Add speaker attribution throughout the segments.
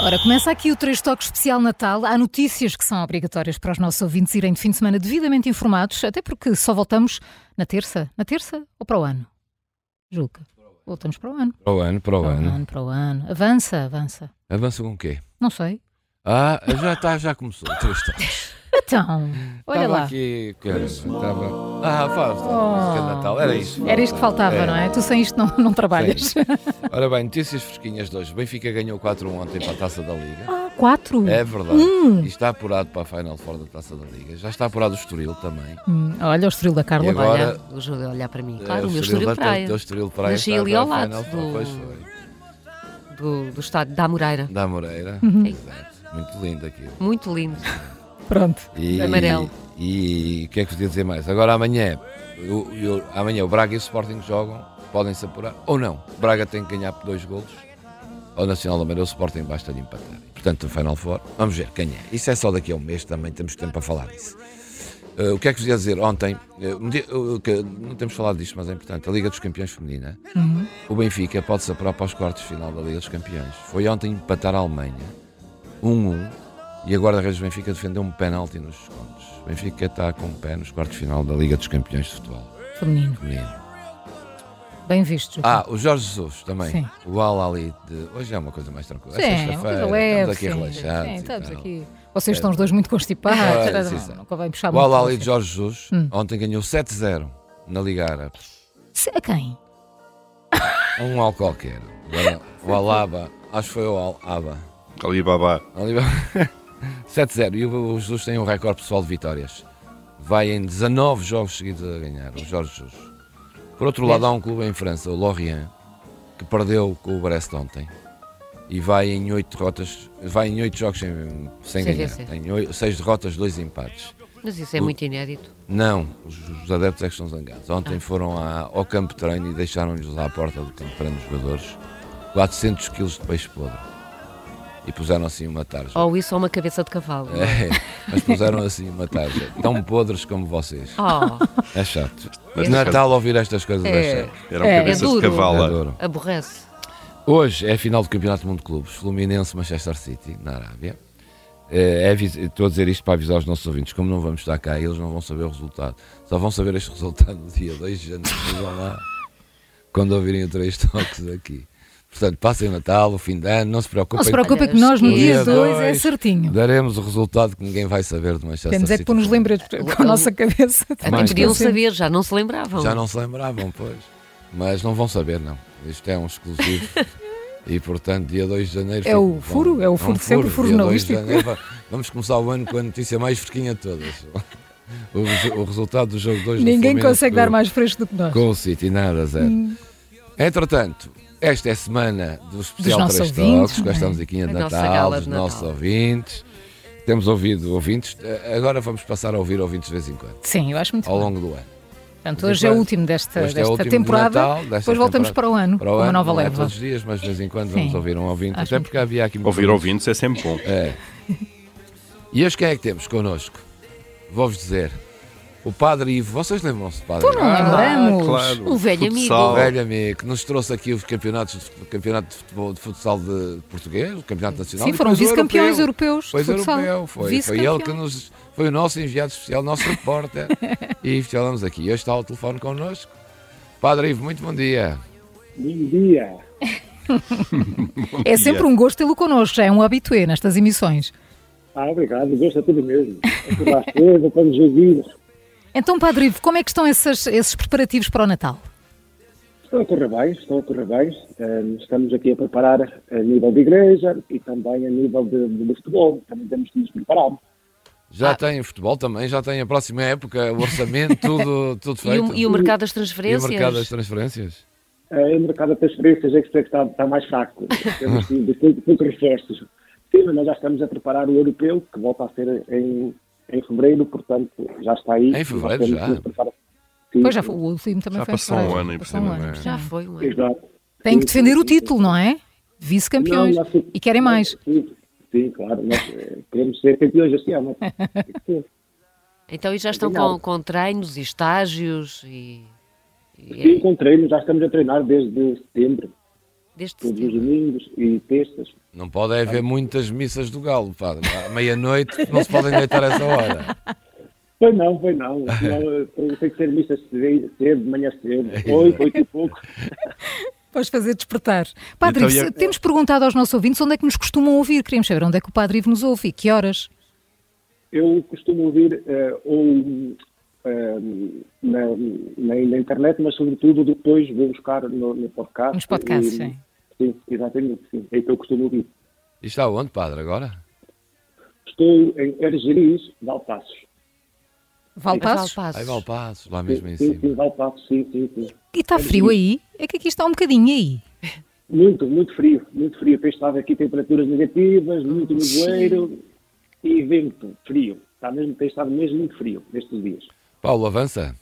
Speaker 1: Ora, começa aqui o Três Toques Especial Natal. Há notícias que são obrigatórias para os nossos ouvintes irem de fim de semana devidamente informados, até porque só voltamos na terça. Na terça ou para o ano? Julga. Voltamos para o ano.
Speaker 2: Para o ano, para o
Speaker 1: Para o
Speaker 2: ano.
Speaker 1: ano, para o ano. Avança, avança.
Speaker 2: Avança com o quê?
Speaker 1: Não sei.
Speaker 2: Ah, já está, já começou. Três toques.
Speaker 1: Então, olha
Speaker 2: Estava
Speaker 1: lá.
Speaker 2: aqui. cara, Estava... Ah, faz. Oh. Natal. Era isso.
Speaker 1: Era isto que faltava,
Speaker 2: É.
Speaker 1: não é? Tu sem isto não, não trabalhas.
Speaker 2: Ora bem, notícias fresquinhas de hoje. O Benfica ganhou 4-1 ontem para a taça da Liga.
Speaker 1: Ah, Quatro.
Speaker 2: É verdade.
Speaker 3: Hum.
Speaker 2: E está apurado para a Final Four da taça da Liga. Já está apurado o Estoril também.
Speaker 1: Hum, olha o estrelo da Carla.
Speaker 2: E agora-
Speaker 1: olha.
Speaker 3: Olha, o Júlio a olhar para mim. Claro,
Speaker 2: Eh,
Speaker 3: o meu Estoril de
Speaker 2: lá tem-
Speaker 3: Praia.
Speaker 2: tem o Estoril de Praia.
Speaker 3: Nasci
Speaker 2: está
Speaker 3: ali
Speaker 2: para a
Speaker 3: ao lado
Speaker 2: Final Four.
Speaker 3: do-
Speaker 2: Pois foi.
Speaker 3: Do, do estádio da Moreira.
Speaker 2: Da Moreira.
Speaker 3: Uhum.
Speaker 2: Exato. Muito lindo aquilo.
Speaker 3: Muito lindo.
Speaker 1: Pronto.
Speaker 2: E,
Speaker 3: Amarelo.
Speaker 2: E o que é que vos ia dizer mais? Agora amanhã, o- o- amanhã o Braga e o Sporting jogam, podem-se apurar ou não. O Braga tem que ganhar por dois golos. Ao Nacional da Madeira, o Sporting basta de empatar. Portanto, o Final Four, vamos ver quem é. Isso é só daqui a um mês também, temos tempo para falar disso. Eh, o que é que vos ia dizer? Ontem, eh, um dia- o que- não temos falado disto, mas é importante, a Liga dos Campeões Feminina, o Benfica pode-se apurar para os quartos de final da Liga dos Campeões. Foi ontem empatar a Alemanha, 1-1 e Um a guarda-redes do Benfica defendeu um penalti nos descontos. O Benfica está com um pé nos quartos de final da Liga dos Campeões de Futebol
Speaker 1: Feminino.
Speaker 2: feminino.
Speaker 1: Bem visto. Joaquim.
Speaker 2: Ah, o Jorge Jesus também.
Speaker 1: Sim.
Speaker 2: O Al Ali de... Hoje é uma coisa mais tranquila. É
Speaker 1: sim, uma
Speaker 2: sexta-feira,
Speaker 1: coisa leve.
Speaker 2: Estamos aqui
Speaker 1: sim.
Speaker 2: relaxados.
Speaker 1: Sim,
Speaker 2: e
Speaker 1: estamos
Speaker 2: tal.
Speaker 1: aqui. Vocês estão os dois muito constipados.
Speaker 2: Ah,
Speaker 1: tá bom,
Speaker 2: sim, sim.
Speaker 1: não convém puxar
Speaker 2: O
Speaker 1: muito.
Speaker 2: Al Ali
Speaker 1: vocês.
Speaker 2: de Jorge Jesus
Speaker 1: Hum.
Speaker 2: ontem ganhou 7-0 na Liga Árabe.
Speaker 1: Se- A quem?
Speaker 2: Um ao qualquer. Agora, O Alaba, acho que foi o Alaba.
Speaker 4: Alibaba.
Speaker 2: Alibaba. 7-0. E o o Jesus tem um recorde pessoal de vitórias. Vai em 19 jogos seguidos a ganhar, o Jorge Jesus. Por outro lado, há um clube em França, o Lorient, que perdeu com o Brest ontem. E vai em 8 derrotas, vai em 8 jogos sem, sem
Speaker 3: Sem
Speaker 2: ganhar.
Speaker 3: vencer.
Speaker 2: Tem 6 derrotas, 2 empates.
Speaker 3: Mas isso é muito inédito.
Speaker 2: Não, os, os adeptos é que estão zangados. Ontem foram à- ao campo de treino e deixaram-lhes à porta do campo de treino dos jogadores 400 quilos de peixe podre. E puseram assim uma tarja.
Speaker 3: Ou isso ou uma cabeça de cavalo.
Speaker 2: É, mas puseram assim uma tarja. Tão podres como vocês.
Speaker 3: Oh,
Speaker 2: É chato.
Speaker 4: Mas
Speaker 2: Natal ouvir estas coisas é,
Speaker 3: É.
Speaker 2: chato.
Speaker 4: Eram
Speaker 1: É,
Speaker 4: cabeças
Speaker 3: é
Speaker 4: de
Speaker 3: duro.
Speaker 2: É
Speaker 4: cavala.
Speaker 2: duro.
Speaker 3: aborrece.
Speaker 2: Hoje é a final do Campeonato do Mundo de Clubes, Fluminense-Manchester City, na Arábia. Eh, é avis- estou a dizer isto para avisar os nossos ouvintes, como não vamos estar cá, eles não vão saber o resultado. Só vão saber este resultado no dia 2 de janeiro. Vão lá quando ouvirem o três toques aqui. Portanto, passem o Natal, o fim de ano, não se preocupem.
Speaker 1: Não se preocupem que nós no
Speaker 3: Olha,
Speaker 1: dia
Speaker 2: dia
Speaker 1: 2 é
Speaker 2: um, dois.
Speaker 1: certinho.
Speaker 2: Daremos o resultado que ninguém vai saber de Manchester
Speaker 1: Temos
Speaker 2: City.
Speaker 1: é que pôr-nos lembretes com a nossa cabeça.
Speaker 3: Até
Speaker 2: Mais
Speaker 3: podiam
Speaker 2: que-
Speaker 3: saber, já não se lembravam.
Speaker 2: Já não se lembravam, pois. Mas não vão saber, não. Isto é um exclusivo. E portanto, dia 2 de janeiro.
Speaker 1: É o
Speaker 2: fico-
Speaker 1: furo, é o
Speaker 2: um
Speaker 1: furo, sempre o furo
Speaker 2: Dia 2 de
Speaker 1: jornalístico.
Speaker 2: janeiro, va- Vamos começar o ano com a notícia mais fresquinha de todas. O, resu- o resultado do jogo 2
Speaker 1: Ninguém consegue dar mais Hum. fresco do que nós.
Speaker 2: Com o City, nada, zero. Entretanto, esta é a semana do especial
Speaker 1: nossos
Speaker 2: Três
Speaker 1: ouvintes,
Speaker 2: Toques, com esta
Speaker 1: não é?
Speaker 2: musiquinha de
Speaker 3: A nossa
Speaker 2: Natal,
Speaker 3: gala de
Speaker 2: dos nossos
Speaker 3: Natal.
Speaker 2: ouvintes. Temos ouvido ouvintes, eh, agora vamos passar a ouvir ouvintes de vez em quando,
Speaker 1: Sim, eu acho muito
Speaker 2: ao
Speaker 1: bem.
Speaker 2: longo do ano.
Speaker 1: Portanto, hoje é o último desta,
Speaker 2: Este é o
Speaker 1: desta
Speaker 2: último de
Speaker 1: temporada.
Speaker 2: Natal, desta
Speaker 1: depois voltamos
Speaker 2: temporada.
Speaker 1: para o ano,
Speaker 2: Para o
Speaker 1: com uma
Speaker 2: ano,
Speaker 1: nova
Speaker 2: não é
Speaker 1: leva.
Speaker 2: todos os dias, mas de vez em quando
Speaker 1: Sim.
Speaker 2: vamos ouvir um ouvinte.
Speaker 1: Acho
Speaker 2: Até porque havia aqui muitos
Speaker 4: Ouvir
Speaker 2: ouvintes.
Speaker 4: ouvintes é sempre bom.
Speaker 2: É. E hoje quem é que temos connosco? Vou-vos dizer. O Padre Ivo. Vocês lembram-se do Padre
Speaker 1: Tu não é?
Speaker 2: Ivo? Ah,
Speaker 1: lembramos.
Speaker 4: Ah, claro.
Speaker 3: O velho amigo.
Speaker 2: O
Speaker 4: Futsal.
Speaker 2: velho amigo que nos trouxe aqui os campeonatos de, fut- campeonato de, futebol, de futsal de português, o campeonato nacional.
Speaker 1: Sim,
Speaker 2: e
Speaker 1: foram
Speaker 2: depois o
Speaker 1: vice-campeões
Speaker 2: europeu.
Speaker 1: europeus.
Speaker 2: Pois
Speaker 1: de futsal.
Speaker 2: europeu, foi, foi ele que
Speaker 1: Vice-campeão.
Speaker 2: nos foi o nosso enviado especial, nosso repórter. e falamos aqui. Hoje está ao telefone connosco. Padre Ivo, muito bom dia.
Speaker 5: Bom dia.
Speaker 1: É sempre um gosto tê-lo connosco, já é um habitué nestas emissões.
Speaker 5: Ah, obrigado. Gosto é tudo mesmo. Acordar cedo, para nos ouvir.
Speaker 1: Então, Padre Ivo, como é que estão essas- esses preparativos para o Natal?
Speaker 5: Estão a correr bem, estão a correr bem. Ahm, Estamos aqui a preparar a nível de igreja e também a nível de, de, de futebol. Também temos que nos preparar.
Speaker 2: Já
Speaker 1: Ah.
Speaker 2: tem futebol também, já tem a próxima época, o orçamento, tudo, tudo
Speaker 3: E
Speaker 1: um-
Speaker 2: feito.
Speaker 3: o, e o mercado das
Speaker 2: E o
Speaker 3: transferências.
Speaker 2: mercado das transferências?
Speaker 5: Eh, Ah, O mercado das transferências é que está, está mais fraco. Temos tido poucos refrestos. Sim, mas nós já estamos a preparar o europeu, que volta a ser em, em fevereiro, portanto já está aí.
Speaker 2: Em fevereiro,
Speaker 5: Nós temos
Speaker 2: já?
Speaker 5: que nos preparar. Sim,
Speaker 1: Pois já foi, o último também
Speaker 4: Já
Speaker 1: foi em
Speaker 4: passou um
Speaker 1: fevereiro.
Speaker 4: ano aí por
Speaker 1: Passou um
Speaker 4: cima,
Speaker 1: ano,
Speaker 4: não é?
Speaker 1: já.
Speaker 3: Já foi um ano.
Speaker 5: exato.
Speaker 1: Tem que
Speaker 5: Sim,
Speaker 1: defender o
Speaker 5: sim, sim.
Speaker 1: título, não é? Vice-campeões.
Speaker 5: Não, nós-
Speaker 1: E querem mais.
Speaker 5: Sim, sim, claro. Nós eh, queremos ser campeões este ano.
Speaker 1: É.
Speaker 5: Sim.
Speaker 3: Então, e já estão com,
Speaker 5: Obrigado.
Speaker 3: com treinos e estágios e. e- é
Speaker 5: Sim, com treino, já estamos a treinar desde setembro,
Speaker 3: desde
Speaker 5: todos os
Speaker 3: setembro.
Speaker 5: domingos e terças.
Speaker 2: Não pode
Speaker 1: Ah.
Speaker 2: haver muitas missas do galo, padre. À meia-noite não se podem deitar a essa hora.
Speaker 5: Foi não, foi não. Senão, eh, tem- Tem que ser missa cedo, cedo, de manhã cedo,
Speaker 1: É.
Speaker 5: oito, oito e pouco.
Speaker 1: Vais fazer despertar. Padre
Speaker 4: Então,
Speaker 1: Ivo,
Speaker 4: e a-
Speaker 1: se- temos perguntado aos nossos ouvintes onde é que nos costumam ouvir. Queremos saber onde é que o Padre Ivo nos ouve e que horas.
Speaker 5: Eu costumo ouvir eh, ou eh, na, na, na internet, mas sobretudo depois vou buscar no, no podcast.
Speaker 1: Nos podcasts,
Speaker 5: E-
Speaker 1: sim.
Speaker 5: Sim, exatamente. Sim. É que eu costumo ouvir.
Speaker 2: E está onde, padre, agora?
Speaker 5: Estou em Argeris, Valpassos.
Speaker 1: Valpassos?
Speaker 2: Aí
Speaker 3: Valpassos.
Speaker 2: Valpassos, lá mesmo em
Speaker 5: Sim, sim,
Speaker 2: cima.
Speaker 5: Valpassos, sim, sim, sim.
Speaker 1: E está frio aí? É que aqui está um bocadinho aí.
Speaker 5: Muito, muito frio, muito frio. Depois estava aqui temperaturas negativas, muito nevoeiro e vento frio. Está mesmo, tem estado mesmo muito frio nestes dias.
Speaker 2: Paulo, avança.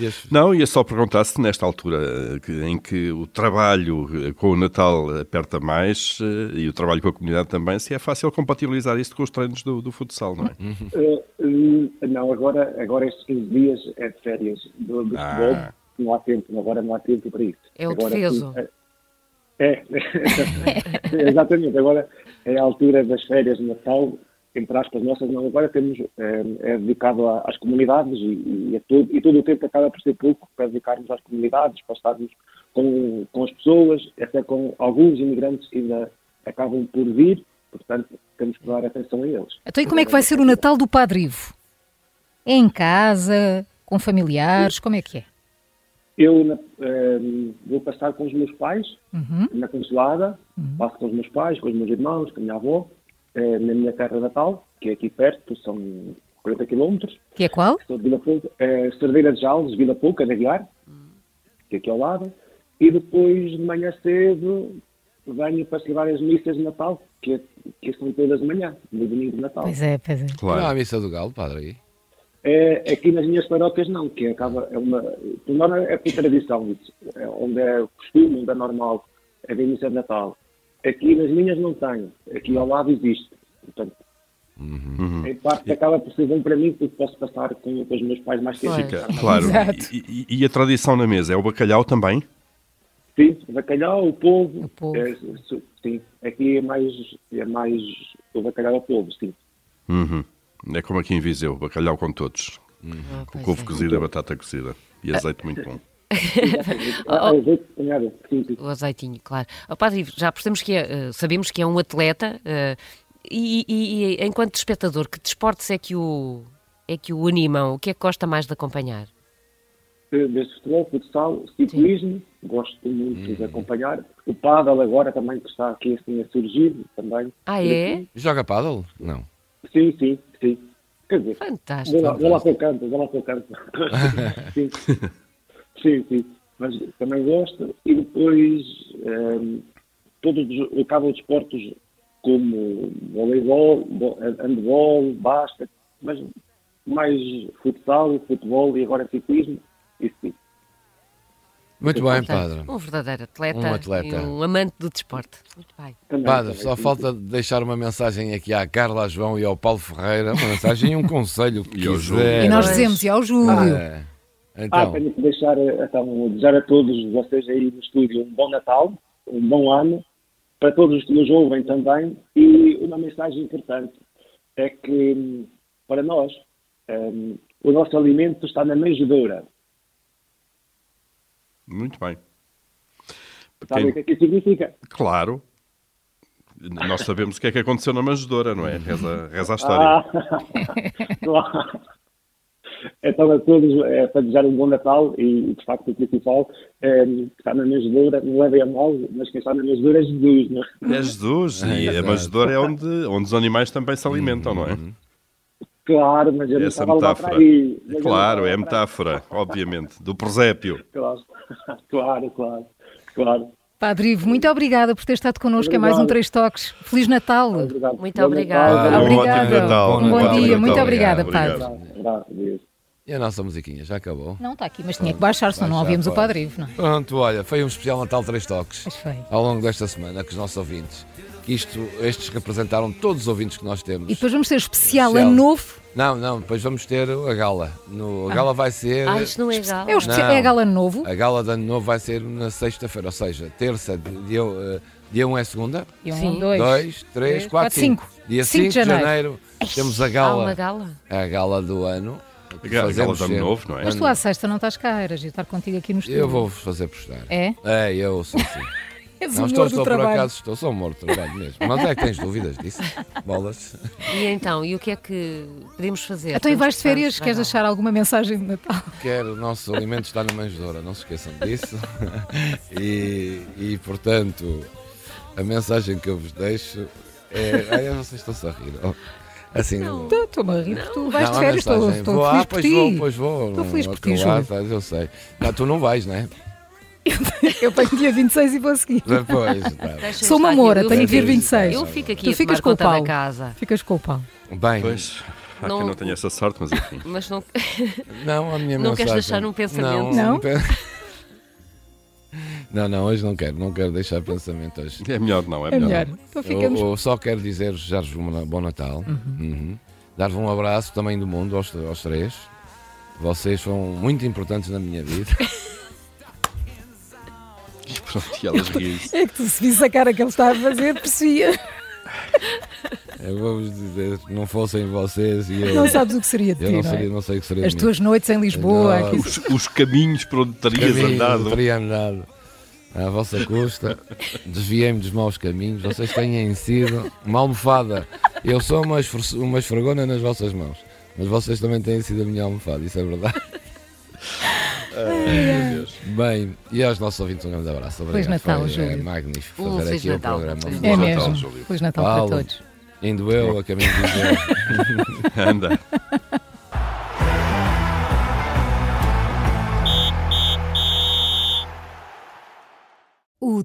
Speaker 2: Este-
Speaker 4: Não, ia só perguntar se nesta altura eh, que- em que o trabalho eh, com o Natal aperta mais eh, e o trabalho com a comunidade também, se é fácil compatibilizar isto com os treinos do, do futsal, não é?
Speaker 5: Eh, hum, não, agora, agora estes 15 dias é de férias do, do
Speaker 4: Ah.
Speaker 5: futebol. Não há tempo, agora não há tempo para isso.
Speaker 3: É o
Speaker 5: agora,
Speaker 3: defeso.
Speaker 5: sim, É, é. exatamente. Agora é a altura das férias de Natal, entre aspas nossas, nós agora temos, eh, é, dedicado a- às comunidades e, e, a todo, e todo o tempo acaba por ser pouco para dedicarmos às comunidades, para estarmos com, com as pessoas, até com alguns imigrantes que ainda acabam por vir, portanto temos que dar atenção a eles.
Speaker 1: Então, e como é que vai ser o Natal do Padre Ivo? É em casa? Com familiares? Como é que é?
Speaker 5: Eu na- ehm, vou passar com os meus pais na consulada, passo com os meus pais, com os meus irmãos, com a minha avó, eh, na minha terra natal, que é aqui perto, são 40 quilómetros.
Speaker 1: Que é qual?
Speaker 5: Sou de Vila Pouca, eh, Cerdeira de Jales, Vila Pouca, na Guiar, que é aqui ao lado. E depois, de manhã cedo, venho participar das missas de Natal, que, é, que são todas de manhã, no domingo de Natal.
Speaker 1: Pois é, pois é.
Speaker 2: Não há
Speaker 4: Claro.
Speaker 2: a missa do galo, padre, aí?
Speaker 5: É, aqui nas minhas paróquias não, que acaba, é uma, por norma é por tradição isso, é onde é o costume, onde é normal, é bem missa de Natal. Aqui nas minhas não tenho, aqui ao lado existe, portanto,
Speaker 3: Uhum.
Speaker 5: em parte acaba por ser bom para mim, porque posso passar com, com os meus pais mais cedo.
Speaker 3: Pois.
Speaker 4: Fica, claro.
Speaker 1: Exato.
Speaker 4: E, e- e a tradição na mesa é o bacalhau também?
Speaker 5: Sim, bacalhau, o polvo,
Speaker 3: O polvo.
Speaker 5: é, su- sim, aqui é mais, é mais o bacalhau ao polvo, sim.
Speaker 4: Uhum. É como aqui em Viseu, bacalhau com todos.
Speaker 3: Ah,
Speaker 4: Com
Speaker 3: pois
Speaker 4: couve
Speaker 3: é.
Speaker 4: cozida, batata cozida e azeite muito bom.
Speaker 3: Oh,
Speaker 5: Ah, eu vou apanhar, sim, sim.
Speaker 3: O azeitinho, claro. Ó, padre Ivo, já percebemos que é, eh, sabemos que é um atleta eh, e, e- e enquanto espectador, que desportos é que o é que o animam? O que é que gosta mais de acompanhar?
Speaker 5: desde futebol, futsal, ciclismo, gosto muito
Speaker 2: Uhum.
Speaker 5: de acompanhar. O pádel agora também que está aqui assim a surgir também.
Speaker 3: Ah,
Speaker 1: Uhum.
Speaker 3: é?
Speaker 2: Joga paddle? Não.
Speaker 5: Sim, sim, sim. Quer dizer, vou
Speaker 3: Fantástico.
Speaker 5: lá, vou lá para o canto, vou lá para o canto. sim. sim, sim. Mas também gosto. E depois ehm, todos os acabam os esportes como voleibol, bo- handball, basquete, mas mais futsal, futebol e agora ciclismo. Isso sim.
Speaker 2: Muito bem, padre.
Speaker 3: Um verdadeiro atleta,
Speaker 2: Um atleta.
Speaker 3: e um amante do desporto. Muito bem.
Speaker 5: Também,
Speaker 2: Padre,
Speaker 5: também,
Speaker 2: só
Speaker 5: sim,
Speaker 2: falta deixar uma mensagem aqui à Carla João e ao Paulo Ferreira, uma mensagem e um conselho que
Speaker 4: E ao
Speaker 2: quiser.
Speaker 1: E
Speaker 4: É,
Speaker 1: nós
Speaker 3: Pois.
Speaker 1: dizemos, e ao Júlio.
Speaker 2: Ah,
Speaker 5: Ah,
Speaker 2: então,
Speaker 5: tenho que deixar, eh, então, desejar a todos vocês aí no estúdio um bom Natal, um bom ano, para todos os que nos ouvem também. E uma mensagem importante é que, hum, para nós, hum, o nosso alimento está na manjedoura.
Speaker 4: Muito bem.
Speaker 5: Sabem
Speaker 4: Quem-
Speaker 5: o que é que isso significa?
Speaker 4: Claro. Nós sabemos o que é que aconteceu na manjedoura, não é? Reza, reza a história.
Speaker 5: Ah, claro. Então, a todos, eh, para desejar um bom Natal e, de facto, o principal, eh, que está na manjedoura, não levem a mal, mas quem está na manjedoura é Jesus, não é?
Speaker 4: É Jesus.
Speaker 2: É,
Speaker 4: E a
Speaker 2: exato.
Speaker 4: manjedoura é onde, onde os animais também se alimentam, não é?
Speaker 5: Claro, mas eu não
Speaker 4: Essa
Speaker 5: estava a levar para
Speaker 4: metáfora.
Speaker 5: aí. Mas eu não
Speaker 4: Claro, é
Speaker 5: estava a
Speaker 4: a
Speaker 5: levar para aí.
Speaker 4: metáfora, obviamente, do presépio.
Speaker 5: Claro, claro, claro. claro.
Speaker 1: Padre Ivo, muito obrigada por ter estado connosco. É mais um
Speaker 5: Obrigado.
Speaker 1: Três Toques. Feliz Natal.
Speaker 5: Obrigado.
Speaker 3: Muito
Speaker 5: Bom
Speaker 3: obrigada.
Speaker 5: Natal.
Speaker 4: Olha, um ótimo
Speaker 1: Obrigada.
Speaker 4: Natal.
Speaker 1: Um bom
Speaker 4: Natal,
Speaker 1: dia.
Speaker 4: Natal.
Speaker 1: Muito obrigada,
Speaker 4: Obrigado,
Speaker 1: Padre.
Speaker 4: obrigado.
Speaker 5: Obrigado, adeus.
Speaker 2: E a nossa musiquinha, já acabou.
Speaker 1: Não está aqui, mas tinha que baixar, senão não
Speaker 2: Baixar,
Speaker 1: ouvimos o
Speaker 2: claro.
Speaker 1: Padre Ivo, não é?
Speaker 2: Pronto, olha, foi um especial Natal Três Toques
Speaker 1: Mas foi.
Speaker 2: ao longo desta semana com os nossos ouvintes. Que isto, estes representaram todos os ouvintes que nós temos.
Speaker 1: E depois vamos ter especial,
Speaker 2: Especial.
Speaker 1: ano novo.
Speaker 2: Não, não, depois vamos ter a gala. No, a gala vai ser.
Speaker 3: Ah, isto não é galo.
Speaker 1: É, o especial,
Speaker 2: Não.
Speaker 1: é a gala ano novo.
Speaker 2: A gala de ano novo vai ser na sexta-feira, ou seja, terça, de- dia, eh, dia 1 é segunda,
Speaker 1: E um,
Speaker 3: Sim.
Speaker 1: dois.
Speaker 2: 2, 3,
Speaker 1: três, quatro,
Speaker 2: 4, 5.
Speaker 1: cinco.
Speaker 2: Dia
Speaker 1: Cinco
Speaker 2: 5
Speaker 1: de
Speaker 2: de
Speaker 1: janeiro.
Speaker 2: janeiro temos a
Speaker 3: Há uma
Speaker 2: gala,
Speaker 3: gala?
Speaker 2: a gala do ano. que
Speaker 4: A gala de
Speaker 2: fazemos
Speaker 4: ano
Speaker 2: sempre.
Speaker 4: novo, não é?
Speaker 1: Mas tu à sexta não estás cá, eras eu estar contigo aqui no estúdio.
Speaker 2: Eu vou-vos fazer postar.
Speaker 1: É?
Speaker 2: É, eu sou sim.
Speaker 1: És
Speaker 2: não
Speaker 1: o
Speaker 2: estou,
Speaker 1: humor do
Speaker 2: estou por
Speaker 1: trabalho.
Speaker 2: acaso, estou, sou humor do trabalho mesmo. Mas é que tens dúvidas disso? Bolas.
Speaker 3: E então, e o que é que podemos fazer?
Speaker 1: Então, e
Speaker 3: Temos
Speaker 1: vais de
Speaker 3: que estar
Speaker 1: férias?
Speaker 3: para a
Speaker 1: Queres
Speaker 3: gala.
Speaker 1: deixar alguma mensagem de Natal?
Speaker 2: Quero, o nosso alimento está na manjedoura, não se esqueçam disso. E, e, portanto, a mensagem que eu vos deixo é. Ai, vocês estão-se a rir. Oh, Assim, não.
Speaker 1: Então, Estou-me a rir. Tu vais
Speaker 2: Não,
Speaker 1: de
Speaker 2: a
Speaker 1: férias, estou,
Speaker 2: mensagem-
Speaker 1: estou
Speaker 2: vou,
Speaker 1: feliz
Speaker 2: ah,
Speaker 1: por
Speaker 2: pois
Speaker 1: ti.
Speaker 2: vou, pois vou.
Speaker 1: Estou
Speaker 2: Não,
Speaker 1: feliz por ti,
Speaker 2: claro,
Speaker 1: Júlio.
Speaker 2: tá, Eu sei. Não, tu não vais, não é?
Speaker 1: Eu tenho dia 26 e vou seguir.
Speaker 2: Depois, tá.
Speaker 3: Deixa-me
Speaker 1: Sou uma
Speaker 3: estar aqui,
Speaker 1: moura,
Speaker 3: eu
Speaker 1: tenho
Speaker 3: fico-
Speaker 1: que vir 26.
Speaker 3: Eu fico aqui
Speaker 1: Tu
Speaker 3: a
Speaker 1: ficas
Speaker 3: tomar
Speaker 1: com o
Speaker 3: conta
Speaker 1: Paulo.
Speaker 3: da casa.
Speaker 1: Ficas com o pau.
Speaker 2: Bem,
Speaker 4: Pois, há
Speaker 3: Não-
Speaker 4: quem não tenha essa sorte, mas enfim.
Speaker 3: Mas não...
Speaker 2: não, a minha
Speaker 3: Não
Speaker 2: mensagem.
Speaker 3: queres deixar num pensamento?
Speaker 2: Não,
Speaker 1: Não?
Speaker 2: pe- Não, não, hoje não quero, não quero deixar pensamento hoje.
Speaker 4: É melhor não, é
Speaker 1: É
Speaker 4: melhor.
Speaker 1: melhor.
Speaker 4: não.
Speaker 1: Então
Speaker 2: Eu,
Speaker 1: ficamos.
Speaker 2: eu só quero dizer já vos um na- bom Natal. Uhum. Dar-vos um abraço também do mundo aos, aos três. Vocês são muito importantes na minha vida.
Speaker 4: E pronto, e elas riem-se.
Speaker 1: É que tu se visse a cara que ele está a fazer, percebia.
Speaker 2: Eu vou-vos dizer, se não fossem vocês e eu.
Speaker 1: Não sabes o que seria de
Speaker 2: eu
Speaker 1: ti,
Speaker 2: não,
Speaker 1: não
Speaker 2: seria,
Speaker 1: é?
Speaker 2: não sei o que seria.
Speaker 1: As
Speaker 2: de mim.
Speaker 1: tuas noites em Lisboa.
Speaker 2: Não.
Speaker 1: aqui-
Speaker 4: Os, os caminhos por onde terias
Speaker 2: Caminho,
Speaker 4: andado.
Speaker 2: teria andado à vossa custa, desviei-me dos maus caminhos, vocês têm sido uma almofada. Eu sou uma, esfor- uma esfregona nas vossas mãos, mas vocês também têm sido a minha almofada, isso é verdade. Bem, e aos nossos ouvintes um grande abraço. Obrigado.
Speaker 1: Feliz Natal,
Speaker 2: Foi, é
Speaker 1: Júlio. Uh,
Speaker 2: magnífico
Speaker 3: Um
Speaker 2: fazer
Speaker 3: Feliz
Speaker 2: aqui
Speaker 3: Natal.
Speaker 2: o programa.
Speaker 4: Feliz
Speaker 1: É
Speaker 4: Bom
Speaker 1: mesmo.
Speaker 4: Natal, Júlio.
Speaker 1: Feliz Natal
Speaker 2: Paulo.
Speaker 1: para todos.
Speaker 2: Indo eu a caminho de Deus.
Speaker 4: Anda.
Speaker 1: O